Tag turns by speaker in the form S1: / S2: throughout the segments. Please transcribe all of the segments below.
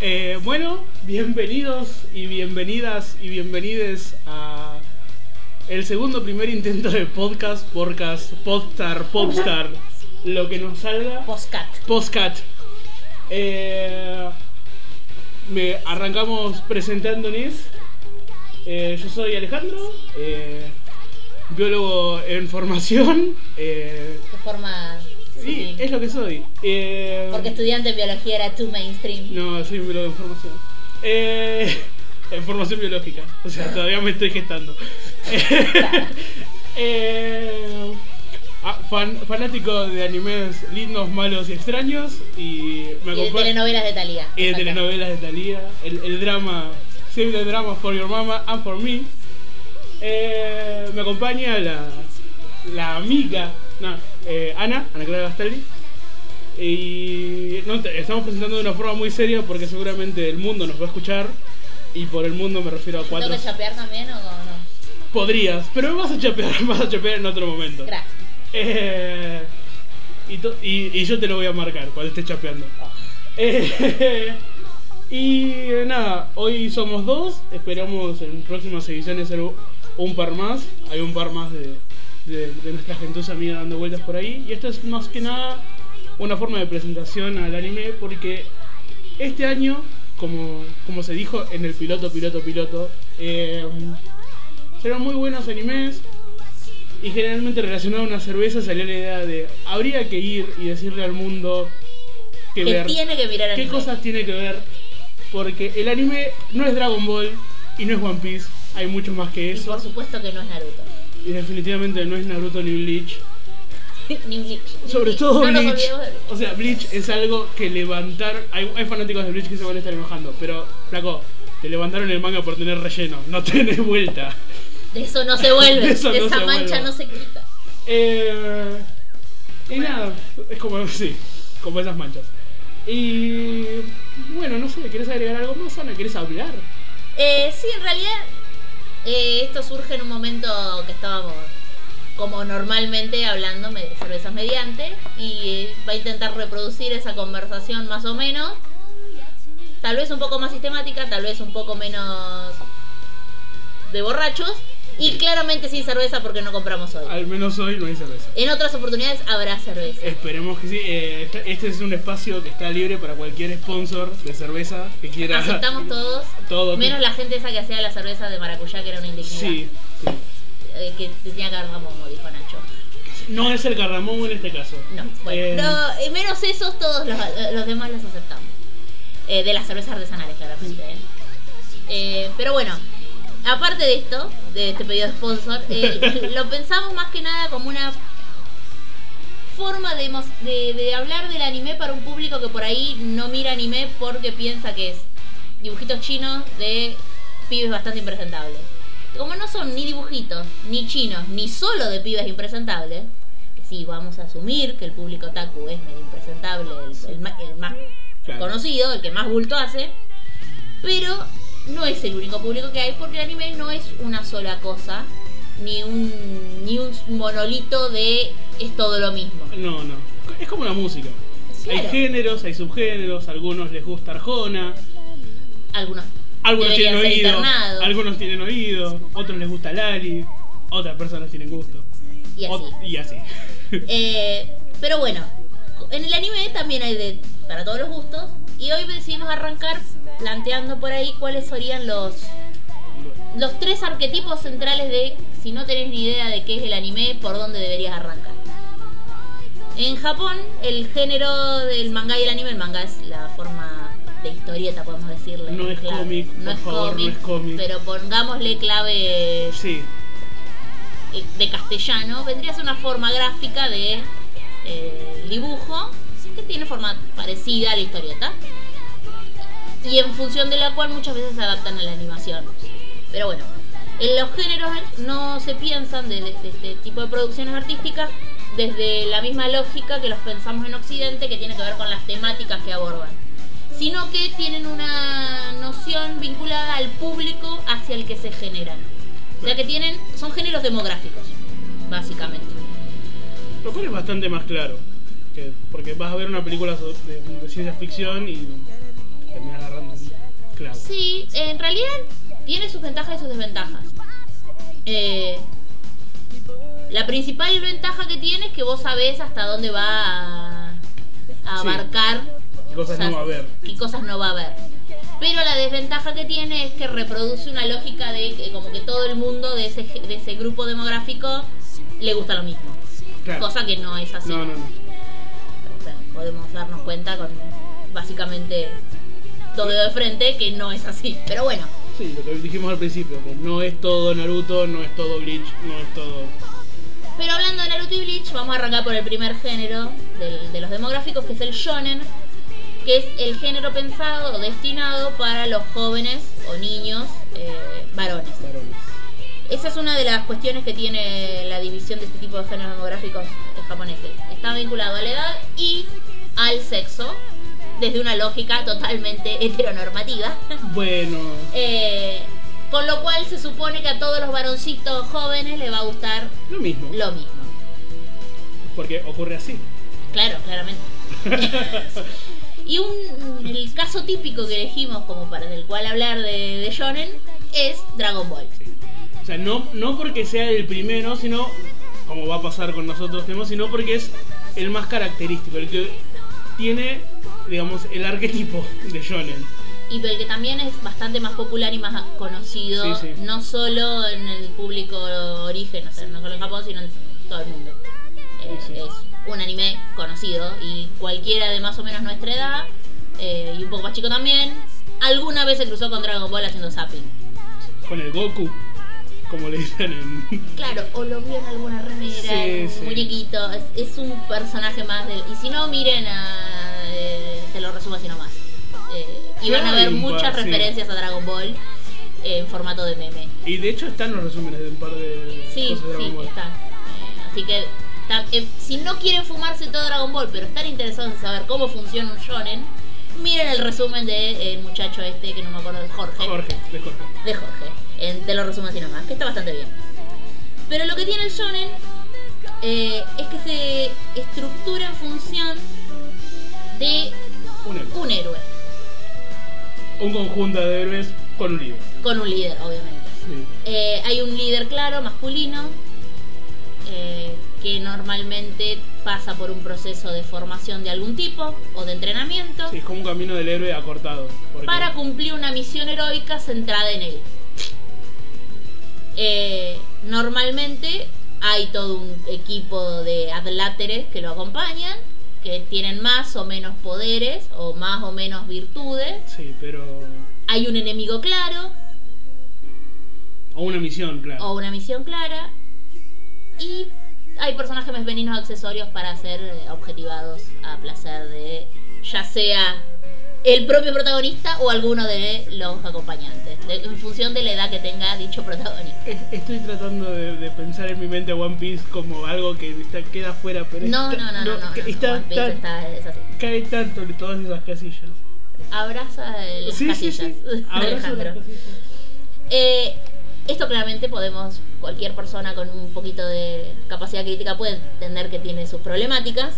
S1: Eh, bueno, bienvenidos y bienvenidas y bienvenides a el segundo primer intento de podcast, podcast, podstar, popstar, lo que nos salga.
S2: Postcat.
S1: Postcat. Eh, me arrancamos presentándonos. Eh, yo soy Alejandro, eh, biólogo en formación. eh,
S2: De forma.
S1: sí,
S2: sí,
S1: es lo que soy. Eh,
S2: Porque estudiante de biología era too mainstream.
S1: No, soy un biólogo en formación. Eh, en formación biológica. O sea, todavía me estoy gestando. Eh, ah, fan- fanático de animes lindos, malos y extraños. Y me
S2: y de
S1: acompaña-
S2: telenovelas de Talía.
S1: y de Eh, telenovelas de Thalía, el, el drama, Save the Drama for Your Mama and for Me. Eh, me acompaña la, la amiga, no, eh, Ana, Ana Clara Gastaldi. Y no, te- estamos presentando de una forma muy seria porque seguramente el mundo nos va a escuchar. Y por el mundo me refiero a
S2: ¿Tengo
S1: cuatro.
S2: que chapear también o no? no?
S1: Podrías, pero me vas a chapear, me vas a chapear en otro momento.
S2: Gracias.
S1: Eh, y, to- y- y yo te lo voy a marcar cuando esté chapeando.
S2: Oh.
S1: Eh, y eh, nada, hoy somos dos. Esperamos en próximas ediciones ser un par más. Hay un par más de, de- de nuestra gentuza amiga dando vueltas por ahí. Y esto es más que nada una forma de presentación al anime porque este año, como, como se dijo en el piloto, piloto, piloto, eh, serán muy buenos animes. Y generalmente relacionado a una cerveza salió la idea de habría que ir y decirle al mundo que
S2: Que
S1: ver.
S2: tiene que mirar
S1: ¿Qué
S2: anime.
S1: cosas tiene que ver? Porque el anime no es Dragon Ball y no es One Piece, hay mucho más que
S2: Y
S1: eso.
S2: por supuesto que no es Naruto.
S1: Y definitivamente no es Naruto ni Bleach.
S2: Ni Bleach. ni
S1: Sobre
S2: Bleach.
S1: todo
S2: No nos
S1: Bleach.
S2: olvidemos de Bleach.
S1: O sea, Bleach es algo que levantar. Hay, hay fanáticos de Bleach que se van a estar enojando, pero, flaco, te levantaron el manga por tener relleno, no tenés vuelta.
S2: De eso no se vuelve.
S1: De
S2: De,
S1: eso no
S2: esa
S1: se
S2: mancha
S1: vuelve.
S2: no se quita.
S1: Eh, y nada, es como, sí, como esas manchas. Y bueno, no sé, ¿querés agregar algo más, Ana? ¿Querés hablar?
S2: Eh, sí, en realidad eh, esto surge en un momento que estábamos como normalmente hablando me- de cervezas mediante y eh, va a intentar reproducir esa conversación más o menos. Tal vez un poco más sistemática, tal vez un poco menos de borrachos y claramente sin cerveza porque no compramos hoy.
S1: Al menos hoy no hay cerveza.
S2: En otras oportunidades habrá cerveza.
S1: Esperemos que sí. Eh, esta- este es un espacio que está libre para cualquier sponsor de cerveza que quiera.
S2: Aceptamos todos,
S1: Todo.
S2: menos la gente esa que hacía la cerveza de maracuyá que era una indignidad.
S1: Sí, sí.
S2: Eh, que tenía cardamomo, dijo Nacho.
S1: No es el cardamomo en este caso.
S2: No, bueno.
S1: Eh,
S2: no, eh, menos esos, todos los, los demás los aceptamos. Eh, de las cervezas artesanales, claramente. ¿eh? Eh, pero bueno, aparte de esto, de este pedido de sponsor, eh, lo pensamos más que nada como una forma de, mos- de- de hablar del anime para un público que por ahí no mira anime porque piensa que es dibujitos chinos de pibes bastante impresentables. Como no son ni dibujitos, ni chinos, ni solo de pibes impresentables, que sí, vamos a asumir que el público taku es medio impresentable, el, el ma- el más
S1: Claro.
S2: conocido, el que más bulto hace, pero no es el único público que hay porque el anime no es una sola cosa, ni un, ni un monolito de es todo lo mismo.
S1: No, no. Es como la música. Hay
S2: Claro.
S1: géneros, hay subgéneros, a algunos les gusta Arjona,
S2: Algunos,
S1: algunos
S2: deberían ser
S1: tienen oído,
S2: internados
S1: algunos tienen oído, otros les gusta Lali, otras personas tienen gusto.
S2: y así.
S1: Ot- y así.
S2: Eh, pero bueno, en el anime también hay de para todos los gustos. Y hoy decidimos arrancar planteando por ahí cuáles serían los, los tres arquetipos centrales de si no tenés ni idea de qué es el anime, por dónde deberías arrancar. En Japón, el género del manga y el anime, el manga es la forma de historieta, podemos decirle.
S1: No es
S2: clave.
S1: cómic,
S2: no
S1: por
S2: es
S1: favor, no
S2: cómic,
S1: es cómic.
S2: pero pongámosle clave
S1: Sí,
S2: eh, de castellano, vendría a ser una forma gráfica de eh, dibujo que tiene forma parecida a la historieta y en función de la cual muchas veces se adaptan a la animación. Pero bueno, en los géneros no se piensan desde de este tipo de producciones artísticas desde la misma lógica que los pensamos en Occidente, que tiene que ver con las temáticas que abordan, sino que tienen una noción vinculada al público hacia el que se generan. O sea que tienen, son géneros demográficos, básicamente.
S1: Lo cual es bastante más claro. que- porque vas a ver una película so- de, de ciencia ficción y terminas agarrando un
S2: Sí, en realidad tiene sus ventajas y sus desventajas. Eh, la principal ventaja que tiene es que vos sabés hasta dónde va a, a
S1: Sí.
S2: abarcar
S1: ¿Qué cosas no va a haber?
S2: qué cosas no va a haber. Pero la desventaja que tiene es que reproduce una lógica de que como que todo el mundo de ese, de ese grupo demográfico le gusta lo mismo.
S1: Claro.
S2: Cosa que no es así.
S1: No, no, no.
S2: O sea, podemos darnos cuenta con básicamente todo de frente que no es así. Pero bueno,
S1: Sí, lo que dijimos al principio, que no es todo Naruto, no es todo Bleach, no es todo...
S2: pero hablando de Naruto y Bleach, vamos a arrancar por el primer género del- de los demográficos, que es el shonen, que es el género pensado o destinado para los jóvenes o niños eh, varones.
S1: varones.
S2: Esa es una de las cuestiones que tiene la división de este tipo de géneros demográficos eh, japoneses. Está vinculado a la edad y al sexo, desde una lógica totalmente heteronormativa.
S1: Bueno,
S2: Eh, con lo cual se supone que a todos los varoncitos jóvenes les va a gustar
S1: lo mismo,
S2: lo mismo.
S1: porque ocurre así.
S2: Claro, claramente. y un, el caso típico que elegimos como para del cual hablar de, de shonen es Dragon Ball.
S1: O sea, no, no porque sea el primero, sino, como va a pasar con nosotros tenemos, sino porque es el más característico, el que tiene, digamos, el arquetipo de Shonen.
S2: Y el que también es bastante más popular y más conocido,
S1: Sí, sí.
S2: no solo en el público origen, o sea, no solo en Japón, sino en todo el mundo. Eh,
S1: Sí, sí.
S2: Es un anime conocido y cualquiera de más o menos nuestra edad, eh, y un poco más chico también, alguna vez se cruzó con Dragon Ball haciendo zapping.
S1: Con el Goku, como le dicen en.
S2: Claro, o lo vio en alguna remera,
S1: Sí,
S2: en un
S1: sí.
S2: muñequito. Es, es un personaje más del. Y si no, miren a. eh, te lo resumo así nomás. Eh, y van a
S1: Hay
S2: ver
S1: un par,
S2: muchas
S1: sí.
S2: referencias a Dragon Ball eh, en formato de meme.
S1: Y de hecho están los resúmenes de un par de
S2: Sí,
S1: cosas de Dragon
S2: sí,
S1: Ball.
S2: están. Eh, así que. ta- eh, si no quieren fumarse todo Dragon Ball, pero están interesados en saber cómo funciona un shonen, miren el resumen del de, eh, el muchacho este que no me acuerdo,
S1: Jorge, de Jorge.
S2: de Jorge. En- te lo resumo así nomás, que está bastante bien. Pero lo que tiene el shonen eh, es que se estructura en función de
S1: Un héroe.
S2: un héroe,
S1: Un conjunto de héroes con un libro.
S2: con un líder, obviamente.
S1: Sí.
S2: Eh, hay un líder claro, masculino, eh, que normalmente pasa por un proceso de formación de algún tipo o de entrenamiento
S1: Sí, es como un camino del héroe acortado. porque-
S2: para cumplir una misión heroica centrada en él. Eh, normalmente hay todo un equipo de adláteres que lo acompañan, que tienen más o menos poderes o más o menos virtudes.
S1: Sí, pero.
S2: Hay un enemigo claro
S1: O una misión, claro.
S2: o una misión clara. Y hay personajes femeninos accesorios para ser eh, objetivados a placer de ya sea el propio protagonista o alguno de los acompañantes, de- en función de la edad que tenga dicho protagonista.
S1: Es- Estoy tratando de, de pensar en mi mente One Piece como algo que está- queda fuera, pero
S2: No,
S1: está-
S2: no, no, no, no.
S1: que
S2: no,
S1: está-
S2: One
S1: está-
S2: Piece está- es así.
S1: cae tanto en todas esas casillas.
S2: Abraza eh, las casillas de
S1: Abrazo las
S2: Alejandro.
S1: casillas.
S2: Eh, esto claramente podemos, cualquier persona con un poquito de capacidad crítica puede entender que tiene sus problemáticas.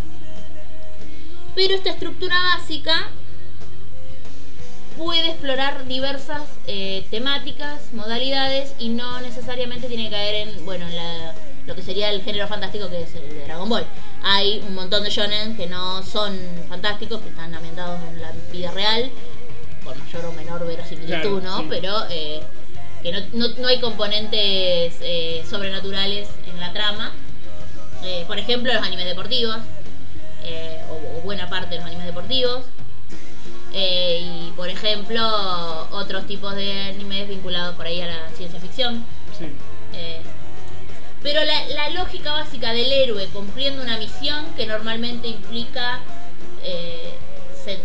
S2: Pero esta estructura básica puede explorar diversas eh, temáticas, modalidades y no necesariamente tiene que caer en, bueno, en la- lo que sería el género fantástico que es el de Dragon Ball. Hay un montón de shonen que no son fantásticos, que están ambientados en la vida real, por mayor o menor verosimilitud,
S1: Claro,
S2: ¿no?
S1: sí.
S2: Pero eh, que no, no- no hay componentes eh, sobrenaturales en la trama. Eh, por ejemplo, los animes deportivos, eh, o- o buena parte de los animes deportivos. Eh, y por ejemplo, otros tipos de animes vinculados por ahí a la ciencia ficción.
S1: Sí.
S2: Eh, pero la, la lógica básica del héroe cumpliendo una misión que normalmente implica, eh, se-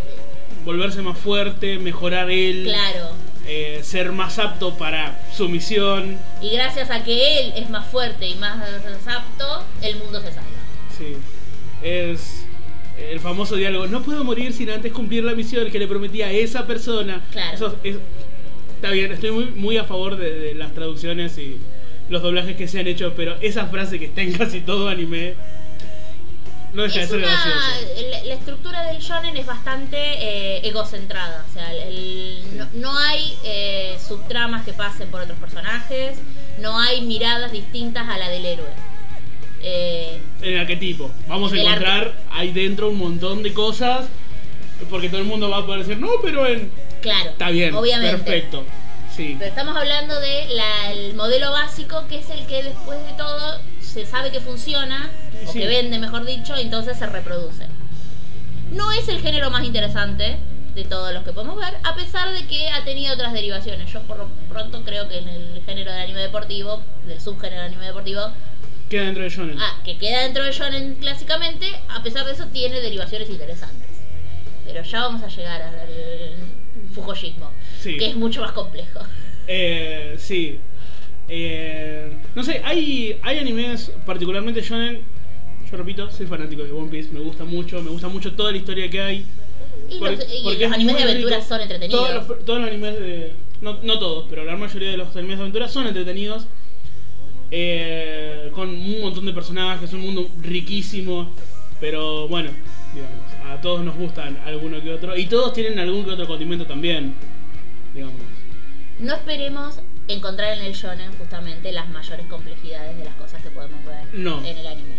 S1: Volverse más fuerte, mejorar él,
S2: claro,
S1: eh, ser más apto para su misión.
S2: y gracias a que él es más fuerte y más apto, el mundo se salva.
S1: Sí. Es el famoso diálogo, no puedo morir sin antes cumplir la misión que le prometí a esa persona.
S2: Claro.
S1: Eso es- está bien, estoy muy, muy a favor de, de las traducciones y los doblajes que se han hecho, pero esa frase que está en casi todo anime no deja de
S2: Es
S1: ser
S2: una-
S1: graciosa.
S2: la, la estructura del shonen es bastante eh, egocentrada, o sea, el- el- no, no hay subtramas que pasen por otros personajes, no hay miradas distintas a la del héroe. Eh,
S1: El arquetipo. Vamos a
S2: El
S1: encontrar ahí dentro un montón de cosas. Porque todo el mundo va a poder decir, no, pero en.
S2: claro,
S1: Está bien.
S2: obviamente.
S1: Perfecto. Sí.
S2: Pero estamos hablando del modelo básico, que es el que después de todo se sabe que funciona, o
S1: Sí.
S2: que vende, mejor dicho, y entonces se reproduce. No es el género más interesante de todos los que podemos ver, a pesar de que ha tenido otras derivaciones. Yo por lo pronto creo que en el género del anime deportivo, del subgénero del anime deportivo,
S1: Queda dentro de Shonen.
S2: ah, que queda dentro de shonen clásicamente, a pesar de eso tiene derivaciones interesantes. Pero ya vamos a llegar al Fujoshismo,
S1: Sí.
S2: que es mucho más complejo.
S1: Eh, sí. Eh, no sé, hay, hay animes, particularmente shonen. Yo repito, soy fanático de One Piece, me gusta mucho, me gusta mucho toda la historia que hay.
S2: Y
S1: Por- e-,
S2: los, y
S1: porque
S2: los
S1: es
S2: animes de
S1: muy
S2: aventura
S1: rico.
S2: son entretenidos.
S1: Todos los, todos los animes de. No, no todos, pero la gran mayoría de los animes de aventura son entretenidos. eh, con un montón de personajes, un mundo riquísimo. Pero bueno, digamos, a todos nos gustan alguno que otro. Y todos tienen algún que otro condimento también. Digamos.
S2: No esperemos encontrar en el shonen justamente las mayores complejidades de las cosas que podemos ver
S1: No.
S2: en el anime.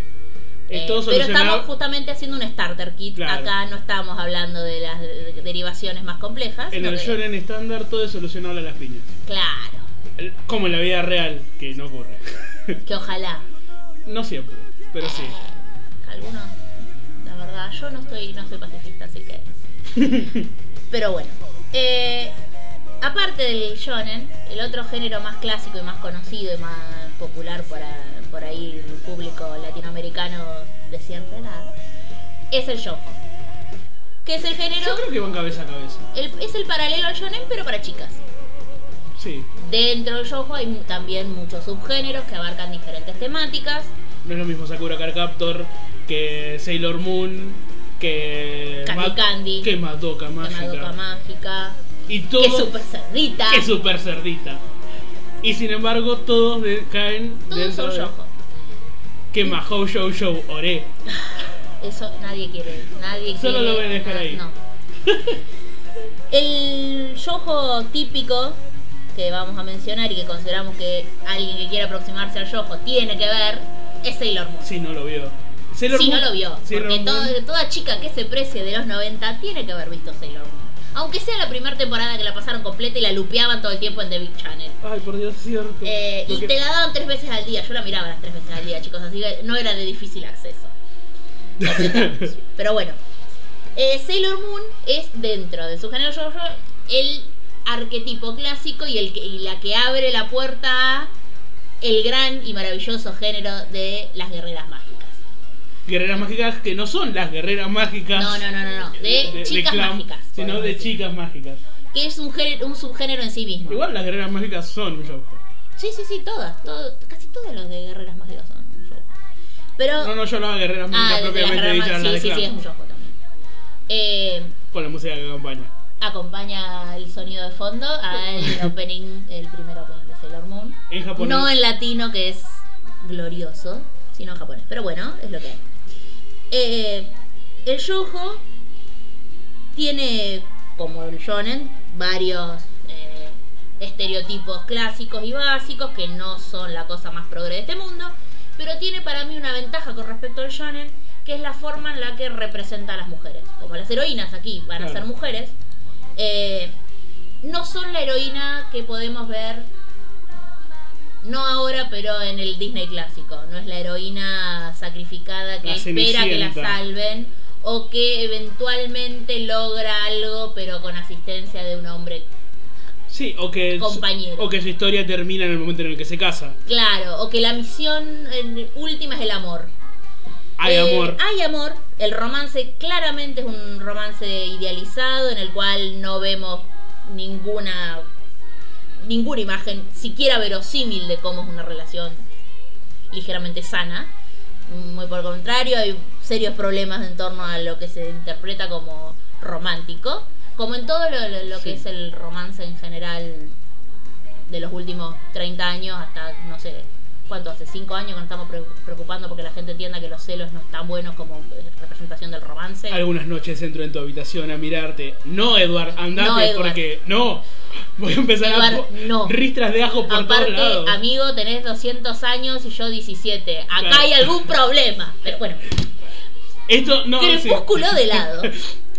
S1: Es
S2: Eh,
S1: todo
S2: pero
S1: solucionado-
S2: estamos justamente haciendo un starter kit.
S1: Claro.
S2: Acá no estamos hablando de las de- de- derivaciones más complejas.
S1: En
S2: sino
S1: el
S2: que-
S1: shonen estándar todo es solucionable a las piñas.
S2: Claro.
S1: El- Como en la vida real, que no ocurre.
S2: Que ojalá.
S1: no siempre, pero sí.
S2: Eh, algunos, la verdad, yo no estoy, no soy pacifista, así que. Pero bueno. eh, aparte del shonen, el otro género más clásico y más conocido y más popular para, por ahí el público latinoamericano de cierta edad es el shojo. Que es el género,
S1: Yo creo que van cabeza a cabeza.
S2: el- es el paralelo al shonen, pero para chicas.
S1: Sí.
S2: Dentro del shojo hay mu- también muchos subgéneros que abarcan diferentes temáticas.
S1: No es lo mismo Sakura Card Captor que Sailor Moon, que.
S2: Candy
S1: Ma-
S2: Candy.
S1: Que Madoka Mágica.
S2: Madoka Mágica.
S1: Y todo.
S2: Que super cerdita.
S1: que super cerdita. Y sin embargo, todos de- caen
S2: Todos
S1: dentro
S2: son Mm.
S1: de.
S2: yojo.
S1: Que Mahou Show Show Ore.
S2: Eso nadie quiere. Nadie
S1: Solo
S2: quiere
S1: lo voy a dejar
S2: na-
S1: ahí.
S2: no. El yojo típico que vamos a mencionar y que consideramos que alguien que quiera aproximarse al yojo tiene que ver es Sailor Moon.
S1: Si no lo vio.
S2: Si
S1: Sailor
S2: no
S1: Moon-
S2: lo vio,
S1: Sailor
S2: porque
S1: Moon-
S2: todo- toda chica que se precie de los 90 tiene que haber visto Sailor Moon. Aunque sea la primera temporada que la pasaron completa y la lupeaban todo el tiempo en The Big Channel.
S1: Ay, por Dios, es cierto.
S2: Eh, y
S1: Porque-
S2: te la daban tres veces al día. Yo la miraba las tres veces al día, chicos, así que no era de difícil acceso. Pero bueno, Eh, Sailor Moon es dentro de su género shoujo el arquetipo clásico y, el que- y la que abre la puerta a el gran y maravilloso género de las guerreras mágicas.
S1: Guerreras mágicas que no son las guerreras mágicas.
S2: No, no, no, no, no. De, chicas
S1: clan,
S2: mágicas.
S1: Sino
S2: podemos
S1: de
S2: decir.
S1: chicas mágicas.
S2: Que es un, género- un subgénero en sí mismo.
S1: Igual las guerreras mágicas son un shoujo.
S2: Sí, sí, sí, todas. todo- casi todos los de guerreras mágicas son un shoujo. Pero
S1: No, no, yo hablaba de guerreras mágicas
S2: Ah, desde la
S1: propiamente
S2: Jarama-
S1: dichas, las de
S2: Sí, sí,
S1: clan.
S2: sí, es un yojo también. Eh,
S1: Con la música que acompaña.
S2: acompaña el sonido de fondo al opening, el primer opening de Sailor Moon.
S1: En japonés.
S2: No en latino, que es glorioso, sino en japonés. Pero bueno, es lo que hay. Eh, el yojo tiene, como el shonen, varios eh, estereotipos clásicos y básicos que no son la cosa más progre de este mundo, pero tiene para mí una ventaja con respecto al shonen, que es la forma en la que representa a las mujeres. Como las heroínas aquí van a
S1: Claro.
S2: ser mujeres, eh, no son la heroína que podemos ver no ahora, pero en el Disney clásico. No es la heroína sacrificada que
S1: La
S2: espera que la
S1: Cenicienta.
S2: salven o que eventualmente logra algo, pero con asistencia de un hombre.
S1: Sí, o que, su-
S2: Compañero.
S1: o que su historia termina en el momento en el que se casa.
S2: Claro, o que la misión eh, última es el amor.
S1: Hay
S2: Eh,
S1: amor.
S2: Hay amor. El romance claramente es un romance idealizado en el cual no vemos ninguna ninguna imagen siquiera verosímil de cómo es una relación ligeramente sana. Muy por el contrario, hay serios problemas en torno a lo que se interpreta como romántico, como en todo lo, lo- lo que
S1: Sí.
S2: es el romance en general de los últimos 30 años hasta, no sé, ¿cuánto? Hace 5 años que nos estamos pre- preocupando porque la gente entienda que los celos no están buenos como eh, representación del romance.
S1: Algunas noches entro en tu habitación a mirarte. No, Edward, andate
S2: No, Edward.
S1: porque. No. Voy a empezar a
S2: Eduard,
S1: po-
S2: no.
S1: ristras de ajo por todos lados.
S2: Aparte, amigo, tenés 200 años y yo 17. Acá
S1: Claro.
S2: hay algún problema. Pero bueno,
S1: Esto no sí.
S2: crepúsculo de lado.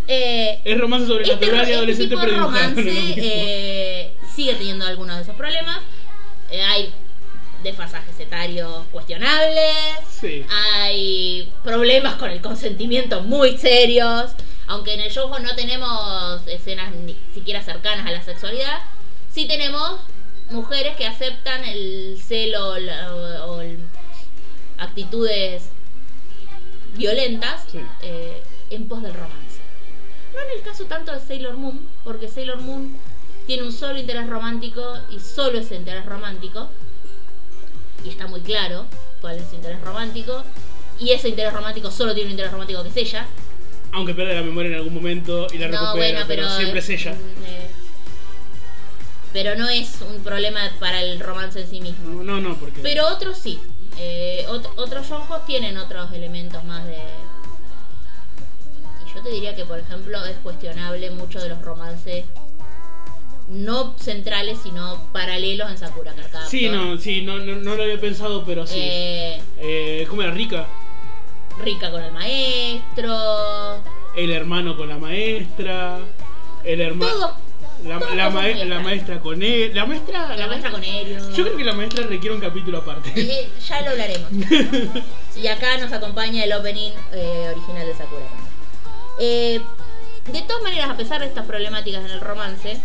S2: Eh,
S1: Es romance
S2: este,
S1: sobrenatural y
S2: este
S1: adolescente
S2: tipo de
S1: pero dibujado,
S2: romance
S1: no es lo mismo.
S2: eh, sigue teniendo algunos de esos problemas. Eh, hay desfasajes etarios cuestionables.
S1: Sí.
S2: Hay problemas con el consentimiento muy serios. Aunque en el show no tenemos escenas ni siquiera cercanas a la sexualidad, sí tenemos mujeres que aceptan el celo o, la- o- o el- actitudes violentas
S1: Sí.
S2: eh, en pos del romance. No en el caso tanto de Sailor Moon, porque Sailor Moon tiene un solo interés romántico y solo ese interés romántico. Y está muy claro cuál es su interés romántico. Y ese interés romántico solo tiene un interés romántico que es ella.
S1: Aunque pierde la memoria en algún momento y la recupera, pero, siempre es ella.
S2: eh, pero no es un problema para el romance en sí
S1: No,
S2: mismo.
S1: no, no, porque.
S2: Pero otros sí. Eh, ot- otros yonkos tienen otros elementos más de. Y yo te diría que, por ejemplo, es cuestionable mucho de los romances no centrales, sino paralelos en Sakura Carcaptor.
S1: sí, no, sí, no, no, no lo había pensado, pero sí. Eh...
S2: Ah, Eh,
S1: ¿Cómo era rica?
S2: Rica con el maestro.
S1: El hermano con la maestra. El hermano.
S2: Todo.
S1: La,
S2: todas
S1: la,
S2: cosas
S1: mae-
S2: maestras. Mm.
S1: la maestra con él. La maestra.
S2: La maestra con ellos.
S1: Yo creo que la maestra requiere un capítulo aparte.
S2: Eh, eh, ya lo hablaremos. y acá nos acompaña el opening eh, original de Sakura. Eh, de todas maneras, a pesar de estas problemáticas en el romance,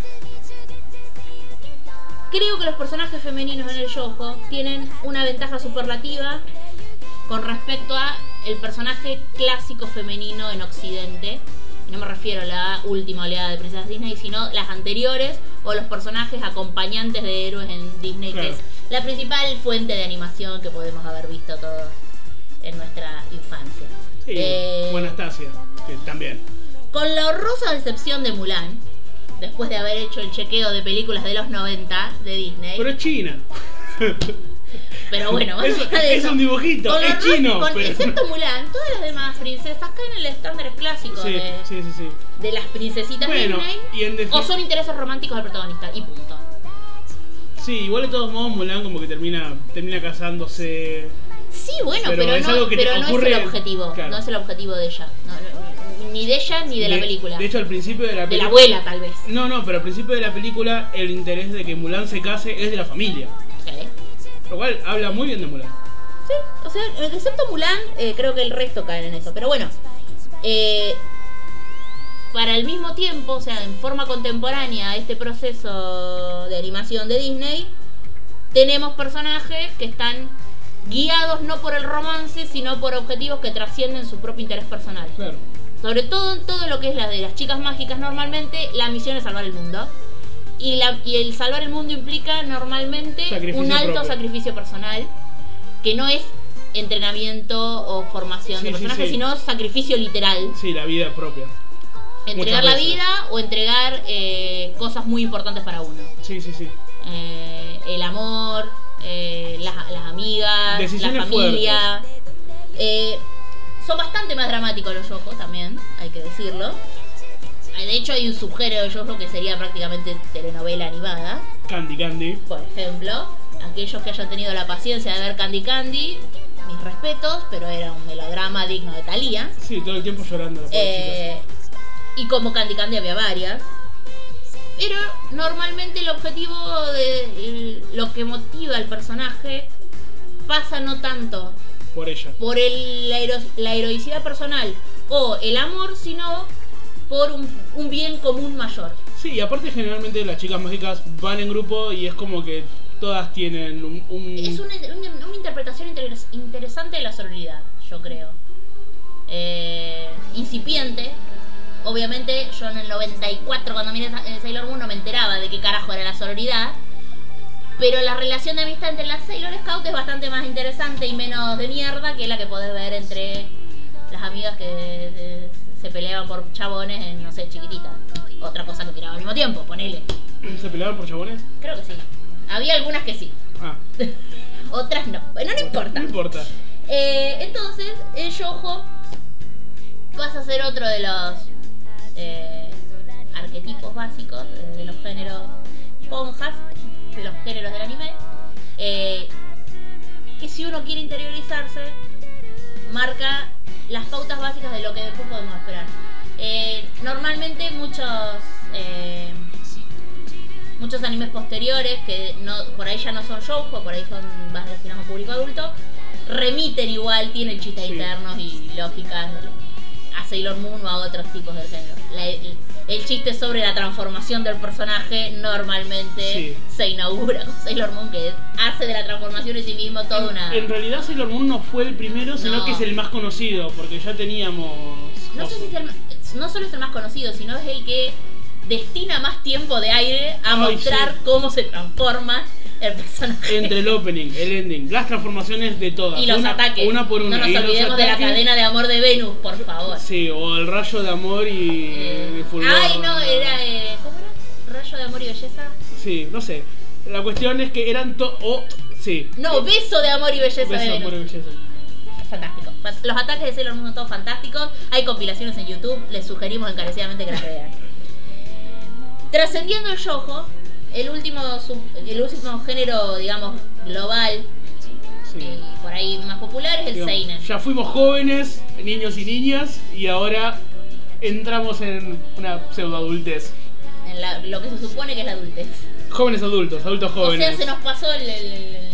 S2: creo que los personajes femeninos en el shojo tienen una ventaja superlativa con respecto a el personaje clásico femenino en Occidente. Y no me refiero a la última oleada de Princesas Disney, sino las anteriores o los personajes acompañantes de héroes en Disney,
S1: Claro.
S2: que es la principal fuente de animación que podemos haber visto todos en nuestra infancia.
S1: Sí.
S2: Eh,
S1: O Anastasia, que también.
S2: con la horrorosa decepción de Mulan, después de haber hecho el chequeo de películas de los 90 de Disney,
S1: Pero es china.
S2: pero bueno, más
S1: es,
S2: allá de
S1: es
S2: eso,
S1: un dibujito,
S2: con lo
S1: es
S2: horroroso-
S1: chino.
S2: con-
S1: pero-
S2: Excepto Mulan, todas las demás princesas caen en el estándar clásico
S1: Sí,
S2: de,
S1: sí, sí, sí.
S2: de las princesitas
S1: Bueno,
S2: Disney.
S1: y en
S2: O
S1: definitiva.
S2: son intereses románticos del protagonista, y punto.
S1: Sí, igual de todos modos Mulan como que termina, termina casándose.
S2: Sí, bueno,
S1: Pero
S2: pero,
S1: es algo
S2: no,
S1: que te
S2: pero no es el
S1: ocurre-
S2: objetivo.
S1: claro.
S2: No es el objetivo de ella. No, no, ni de ella ni de, la película.
S1: De hecho, al principio de la
S2: de la
S1: peli-
S2: abuela, tal vez.
S1: No, no, pero al principio de la película el interés de que Mulan se case es de la familia.
S2: Ok.
S1: Lo cual habla muy bien de Mulan.
S2: Sí, o sea, excepto Mulan, eh, creo que el resto caen en eso. Pero bueno, eh, para el mismo tiempo, o sea, en forma contemporánea a este proceso de animación de Disney, tenemos personajes que están guiados no por el romance, sino por objetivos que trascienden su propio interés personal.
S1: Claro.
S2: Sobre todo en todo lo que es la de las chicas mágicas, normalmente la misión es salvar el mundo. Y, la, y el salvar el mundo implica normalmente
S1: Sacrificio
S2: un alto
S1: propio.
S2: sacrificio personal, que no es entrenamiento o formación
S1: Sí,
S2: de
S1: sí,
S2: personajes,
S1: sí.
S2: sino sacrificio literal.
S1: Sí, la vida propia. muchas
S2: Entregar la
S1: veces.
S2: vida o entregar eh, cosas muy importantes para uno.
S1: Sí, sí, sí.
S2: Eh, el amor, eh, las, las amigas,
S1: Decisiones
S2: la familia. Eh, son bastante más dramáticos los ojos también, hay que decirlo. Eh, De hecho hay un subgénero de yojo que sería prácticamente telenovela animada.
S1: Candy Candy.
S2: Por ejemplo, aquellos que hayan tenido la paciencia de ver Candy Candy, mis respetos, pero era un melodrama digno de Thalía.
S1: Sí, todo el tiempo llorando la pobre
S2: Eh, y como Candy Candy había varias. Pero normalmente el objetivo de el- lo que motiva al personaje pasa no tanto
S1: chica, Por ella.
S2: por el- la, hero- la heroicidad personal o el amor, sino por un, un bien común mayor.
S1: Sí, y aparte generalmente las chicas mágicas van en grupo y es como que todas tienen un... un-
S2: Es una, una- una interpretación interes- interesante de la sororidad, yo creo. Eh, incipiente. Obviamente, yo en el 94, cuando miré Sa- eh, Sailor Moon, no me enteraba de qué carajo era la sororidad. Pero la relación de amistad entre las Sailor Scout es bastante más interesante y menos de mierda que la que podés ver entre las amigas que eh, se peleaban por chabones en, no sé, chiquititas. Otra cosa que miraba al mismo tiempo, ponele.
S1: ¿Se peleaban por chabones?
S2: Creo que sí. Había algunas que sí.
S1: Ah,
S2: Otras no. Bueno, no importa.
S1: no importa.
S2: Eh, entonces, el yojo pasa a ser otro de los eh, arquetipos básicos eh, de los géneros pop esponjas de los géneros del anime. eh, que si uno quiere interiorizarse, marca las pautas básicas de lo que después podemos esperar. Eh, normalmente muchos eh, muchos animes posteriores que no, por ahí ya no son shoujo, por ahí son más destinados a un público adulto, remiten igual, tienen chistes
S1: Sí.
S2: internos y lógicas de lo- a Sailor Moon o a otros tipos del género. La- el, el chiste sobre la transformación del personaje normalmente
S1: Sí.
S2: se inaugura con Sailor Moon que hace de la transformación en sí mismo toda una...
S1: En realidad Sailor Moon no fue el primero, sino
S2: No.
S1: que es el más conocido, porque ya teníamos...
S2: No sé si es el ma- no solo es el más conocido, sino es el que destina más tiempo de aire a
S1: Ay,
S2: mostrar
S1: sí.
S2: cómo se transforma el personaje.
S1: Entre el opening, el ending, las transformaciones de todas.
S2: y los
S1: Eh, una,
S2: ataques.
S1: Una por una.
S2: No
S1: Y
S2: nos
S1: los
S2: olvidemos de la
S1: ataques-
S2: cadena de amor de Venus, por favor.
S1: Sí, o el rayo de amor y
S2: Eh,
S1: de fulgor.
S2: ay, no, era. eh, ¿Cómo era? ¿Rayo de amor y belleza?
S1: Sí, no sé. La cuestión es que eran to... o- sí.
S2: No, beso de amor y belleza
S1: Beso,
S2: de Venus.
S1: amor y belleza.
S2: Fantástico. Fa- Los ataques de Sailor Moon son todos fantásticos. Hay compilaciones en YouTube. Les sugerimos encarecidamente que las vean. Trascendiendo el yojo, el último, sub- el último género, digamos, global
S1: Sí.
S2: eh, y por ahí más popular es el
S1: Digamos,
S2: seinen.
S1: Ya fuimos jóvenes, niños y niñas, y ahora entramos en una pseudoadultez.
S2: En la- lo que se supone que es la adultez.
S1: Jóvenes adultos, adultos jóvenes.
S2: O sea, se nos pasó el, el, el,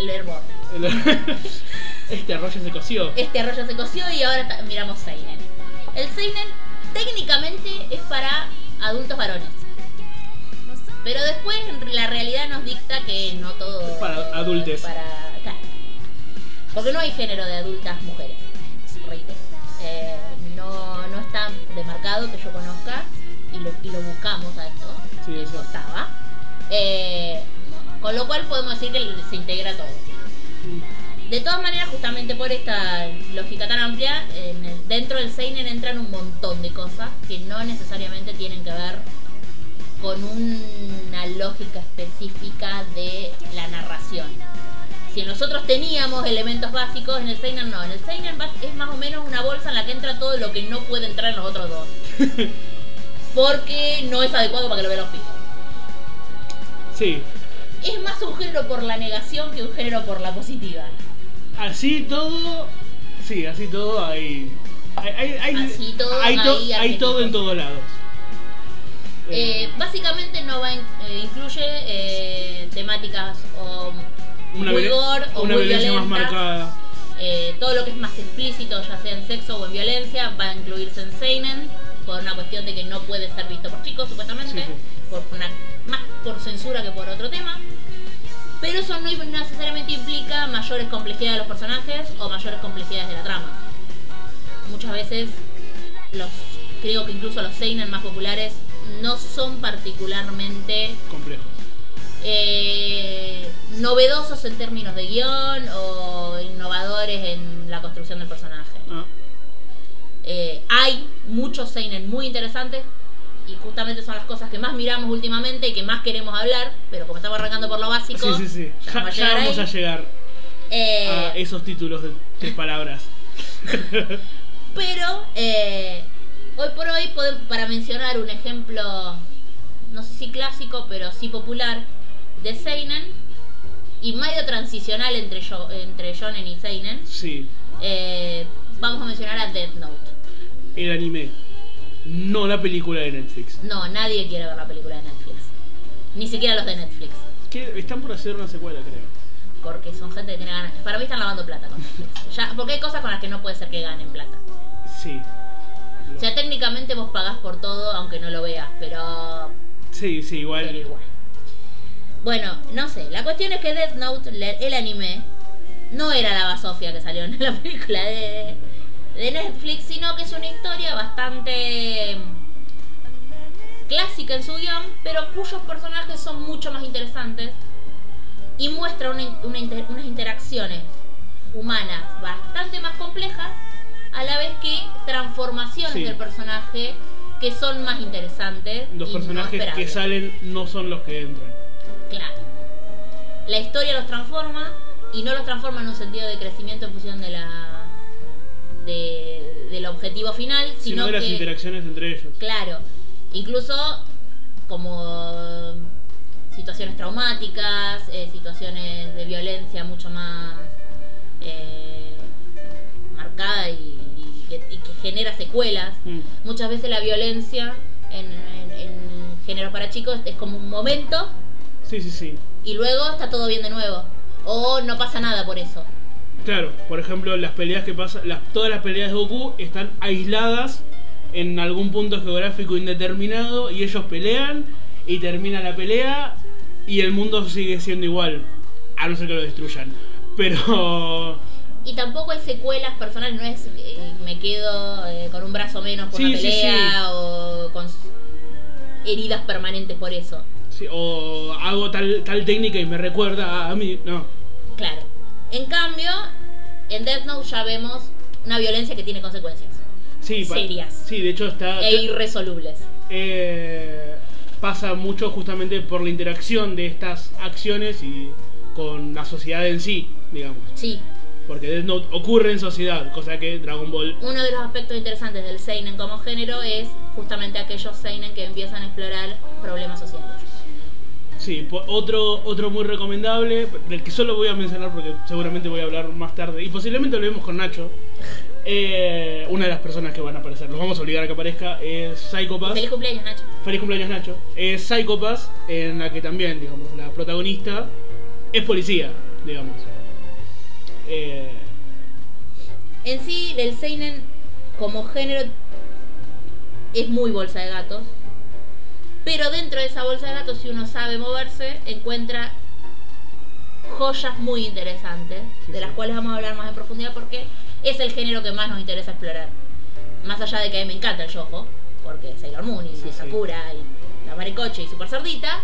S2: el hervor.
S1: este arroyo se coció.
S2: este arroyo se coció y ahora ta- miramos Seinen. El Seinen técnicamente es para adultos varones. Pero después en la realidad nos dicta que no todo
S1: Es para adultes.
S2: para- claro. Porque no hay género de adultas mujeres. reitero. Eh, no, no está demarcado que yo conozca y lo, y lo buscamos a esto.
S1: Sí,
S2: y
S1: eso.
S2: no estaba. Eh, con lo cual podemos decir que se integra todo. De todas maneras, justamente por esta lógica tan amplia, en el- dentro del Seinen entran un montón de cosas que no necesariamente tienen que ver con una lógica específica de la narración. Si nosotros teníamos elementos básicos, en el Seinen no. En el Seinen va- es más o menos una bolsa en la que entra todo lo que no puede entrar en los otros dos. Porque no es adecuado para que lo vean los pibes.
S1: Sí.
S2: Es más un género por la negación que un género por la positiva.
S1: Así todo. Sí, así todo hay. Hay, hay, hay-
S2: Así todo
S1: hay, to-
S2: hay
S1: hay todo en todos lados.
S2: Eh, básicamente no va en- eh, incluye eh, temáticas o
S1: una
S2: muy
S1: violen-
S2: gore o
S1: una
S2: muy
S1: violencia más
S2: violentas.
S1: marcada.
S2: eh, todo lo que es más explícito, ya sea en sexo o en violencia, va a incluirse en seinen por una cuestión de que no puede ser visto por chicos supuestamente,
S1: Sí, sí.
S2: por una- más por censura que por otro tema. Pero eso no necesariamente implica mayores complejidades de los personajes o mayores complejidades de la trama. Muchas veces los creo que incluso los seinen más populares no son particularmente
S1: Complejos.
S2: eh, novedosos en términos de guión o innovadores en la construcción del personaje.
S1: Ah,
S2: Eh, hay muchos seinen muy interesantes y justamente son las cosas que más miramos últimamente y que más queremos hablar, pero como estamos arrancando por lo básico,
S1: Sí, sí, sí.
S2: ya
S1: Ya,
S2: vamos a
S1: ya
S2: llegar
S1: vamos
S2: ahí.
S1: a Ah, llegar
S2: eh,
S1: a esos títulos de, de palabras.
S2: Pero eh, hoy por hoy, pode- para mencionar un ejemplo, no sé si clásico, pero sí popular, de Seinen y medio transicional entre, yo, entre Shonen y Seinen,
S1: Sí.
S2: eh, vamos a mencionar a Death Note.
S1: El anime. No la película de Netflix.
S2: No, nadie quiere ver la película de Netflix. Ni siquiera los de Netflix.
S1: Que están por hacer una secuela, creo.
S2: Porque son gente que tiene ganas. Para mí están lavando plata con Netflix. Ya, porque hay cosas con las que no puede ser que ganen plata.
S1: Sí.
S2: O sea, técnicamente vos pagás por todo, aunque no lo veas, pero
S1: Sí, sí,
S2: Pero
S1: igual.
S2: igual. Bueno, no sé. La cuestión es que Death Note, le- el anime, no era la basofia que salió en la película de, de Netflix, sino que es una historia bastante mm, clásica en su guión, pero cuyos personajes son mucho más interesantes y muestra una in- una inter- unas interacciones humanas bastante más complejas, a la vez que transformaciones
S1: Sí.
S2: del personaje que son más interesantes.
S1: Los
S2: y no
S1: personajes que
S2: esperables.
S1: salen no son los que entran.
S2: Claro. La historia los transforma y no los transforma en un sentido de crecimiento en función de la de- del objetivo final, sino,
S1: Sino de las
S2: que
S1: interacciones entre ellos.
S2: claro, incluso como situaciones traumáticas, eh, situaciones de violencia mucho más eh, marcada y, y que, y que genera secuelas.
S1: Mm.
S2: Muchas veces la violencia en, en- en género para chicos es como un momento
S1: Sí, sí, sí.
S2: y luego está todo bien de nuevo. O no pasa nada por eso.
S1: Claro, por ejemplo, las peleas que pasan, las, todas las peleas de Goku están aisladas en algún punto geográfico indeterminado y ellos pelean y termina la pelea y el mundo sigue siendo igual, a no ser que lo destruyan. Pero
S2: Y tampoco hay secuelas personales, no es eh, me quedo eh, con un brazo menos por
S1: Sí,
S2: una
S1: sí,
S2: pelea
S1: sí.
S2: o con s- heridas permanentes por eso.
S1: sí, o hago tal tal técnica y me recuerda a, a mí, no.
S2: Claro. En cambio, en Death Note ya vemos una violencia que tiene consecuencias
S1: Sí, pa-
S2: Serias.
S1: Sí, de hecho está
S2: e irresolubles.
S1: eh, pasa mucho justamente por la interacción de estas acciones y con la sociedad en sí, digamos.
S2: Sí.
S1: Porque Death Note ocurre en sociedad, cosa que Dragon Ball.
S2: Uno de los aspectos interesantes del Seinen como género es justamente aquellos Seinen que empiezan a explorar problemas sociales.
S1: Sí, po- otro, otro muy recomendable, del que solo voy a mencionar porque seguramente voy a hablar más tarde. Y posiblemente lo vemos con Nacho. Eh, una de las personas que van a aparecer, los vamos a obligar a que aparezca, es Psychopath.
S2: Feliz cumpleaños, Nacho.
S1: Feliz cumpleaños, Nacho. Es Psychopath, en la que también, digamos, la protagonista es policía, digamos. Eh,
S2: En sí, el Seinen como género es muy bolsa de gatos. Pero dentro de esa bolsa de gatos, si uno sabe moverse, encuentra joyas muy interesantes,
S1: Sí,
S2: de las
S1: sí.
S2: cuales vamos a hablar más en profundidad porque es el género que más nos interesa explorar. Más allá de que a mí me encanta el yojo, porque Sailor Moon y
S1: Sí, sí.
S2: Sakura y la maricoche y Super Sardita,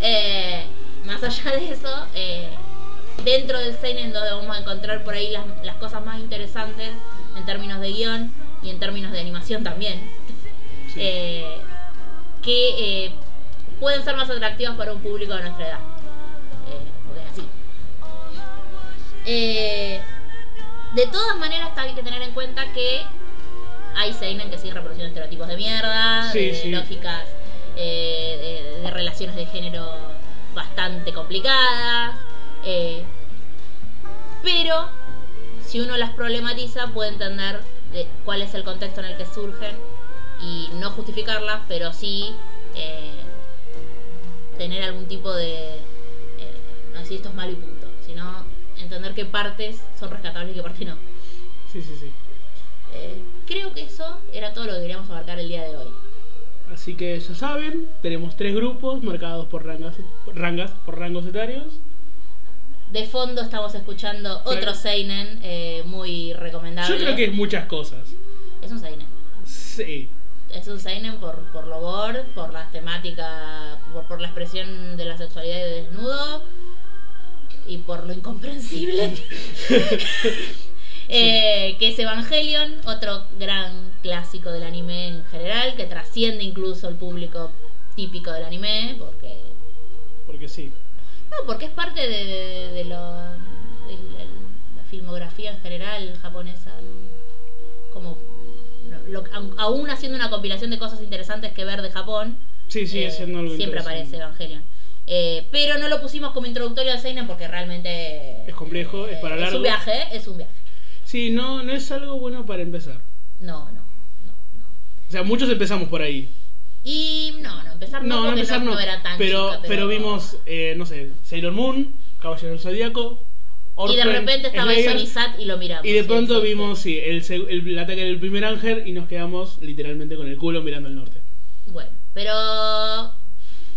S2: eh, más allá de eso, eh, dentro del Seinen donde vamos a encontrar por ahí las, las cosas más interesantes en términos de guión y en términos de animación también,
S1: sí.
S2: eh, que eh, pueden ser más atractivas para un público de nuestra edad. Eh, porque es así. Eh, de todas maneras, hay que tener en cuenta que hay Seinen que siguen reproduciendo estereotipos de mierda,
S1: Sí,
S2: de
S1: sí.
S2: lógicas eh, de, de relaciones de género bastante complicadas. eh, pero si uno las problematiza, puede entender de cuál es el contexto en el que surgen y no justificarlas, pero sí eh, tener algún tipo de. eh, no decir esto es malo y punto, sino entender qué partes son rescatables y qué partes no.
S1: sí, sí, sí.
S2: Eh, creo que eso era todo lo que queríamos abarcar el día de hoy.
S1: Así que ya saben, tenemos tres grupos marcados por rangas, por rangas por rangos etarios.
S2: De fondo estamos escuchando
S1: Sí.
S2: otro Seinen eh, muy recomendable.
S1: Yo creo que es muchas cosas.
S2: Es un Seinen.
S1: Sí,
S2: Es un Seinen por, por lo gore, por la temática, por, por la expresión de la sexualidad y de desnudo y por lo incomprensible. Eh, que es Evangelion, otro gran clásico del anime en general, que trasciende incluso el público típico del anime, porque
S1: porque sí.
S2: No, porque es parte de, de- de lo- de la, la filmografía en general japonesa. ¿no? Como no, lo- aun- aún haciendo una compilación de cosas interesantes que ver de Japón,
S1: Sí, sigue
S2: eh,
S1: siendo algo
S2: siempre aparece
S1: interesante.
S2: Evangelion. Eh, pero no lo pusimos como introductorio al Seinen porque realmente
S1: Es complejo, es para
S2: Es
S1: largo.
S2: un viaje, es un viaje.
S1: Sí, no, no es algo bueno para empezar.
S2: No, no, no, no.
S1: O sea, muchos empezamos por ahí.
S2: Y no, no empezar no,
S1: No, no
S2: porque
S1: empezar no.
S2: era tan
S1: pero,
S2: chica,
S1: pero vimos, eh, no sé, Sailor Moon, Caballero del Zodíaco.
S2: y de
S1: Orphan,
S2: repente estaba
S1: Slayer,
S2: Jason y Sat y lo miramos.
S1: Y de
S2: sí,
S1: pronto
S2: sí, sí.
S1: vimos, sí, el, seg- el- el ataque del primer ángel y nos quedamos literalmente con el culo mirando al norte.
S2: Bueno, pero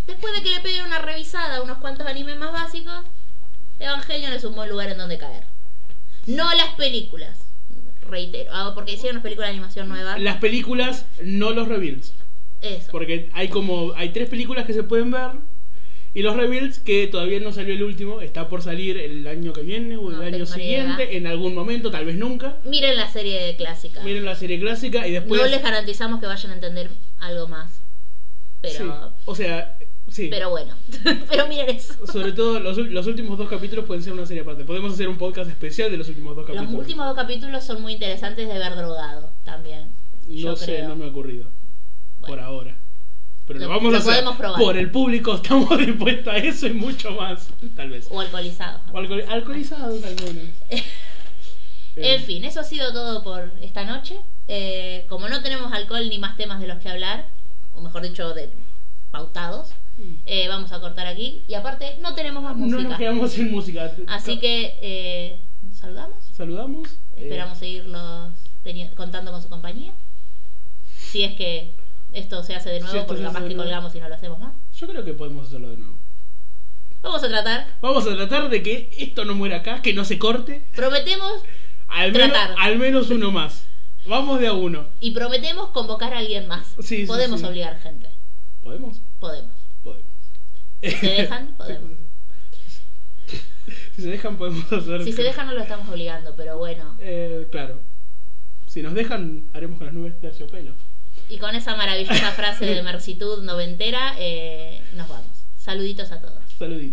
S2: después de que le peguen una revisada a unos cuantos animes más básicos, Evangelion es un buen lugar en donde caer. No las películas, reitero, ah, porque hicieron unas películas de animación nuevas.
S1: Las películas, no los reveals.
S2: Eso.
S1: Porque hay como, hay tres películas que se pueden ver. Y los reveals, que todavía no salió el último, está por salir el año que viene o el
S2: No
S1: año
S2: tengo ni idea.
S1: siguiente, en algún momento, tal vez nunca.
S2: Miren la serie clásica.
S1: Miren la serie clásica y después...
S2: no les garantizamos que vayan a entender algo más.
S1: Sí,
S2: Pero,
S1: O sea, sí.
S2: pero bueno, pero miren eso.
S1: Sobre todo los, ul- los últimos dos capítulos pueden ser una serie aparte. Podemos hacer un podcast especial de los últimos dos
S2: Los
S1: capítulos.
S2: últimos dos capítulos son muy interesantes de ver drogado también.
S1: No
S2: yo
S1: sé,
S2: creo.
S1: no me ha ocurrido. Por
S2: Bueno.
S1: ahora. Pero lo,
S2: Lo-
S1: vamos
S2: lo
S1: a hacer.
S2: podemos probar.
S1: Por el público estamos dispuestos a eso y mucho más, tal vez.
S2: O alcoholizado.
S1: O alcohol- alcoholizados al menos. Eh,
S2: En fin, eso ha sido todo por esta noche. Eh, como no tenemos alcohol ni más temas de los que hablar, o mejor dicho, de pautados, eh, vamos a cortar aquí. Y aparte, no tenemos más
S1: No nos
S2: música.
S1: quedamos sin música.
S2: Así que, eh, ¿saludamos?
S1: Saludamos. eh,
S2: Esperamos seguirlos teni- contando con su compañía. Si es que esto se hace de
S1: Si
S2: nuevo,
S1: esto
S2: porque
S1: se hace
S2: capaz
S1: de
S2: que
S1: nuevo.
S2: colgamos y no lo hacemos más.
S1: Eh, Yo creo que podemos hacerlo de nuevo.
S2: Vamos a tratar.
S1: Vamos a tratar de que esto no muera acá, que no se corte.
S2: Prometemos
S1: Al menos,
S2: Tratar.
S1: al menos uno más. Vamos de a uno.
S2: y prometemos convocar a alguien más.
S1: Sí, sí,
S2: podemos
S1: sí.
S2: obligar gente.
S1: ¿Podemos?
S2: Podemos.
S1: Podemos.
S2: Si se dejan, podemos.
S1: Si se dejan, podemos hacer.
S2: Si se dejan, no lo estamos obligando, pero bueno.
S1: Eh, claro. Si nos dejan, haremos con las nubes terciopelo.
S2: Y con esa maravillosa frase de Mercitud noventera, eh, nos vamos. Saluditos a todos.
S1: Saluditos.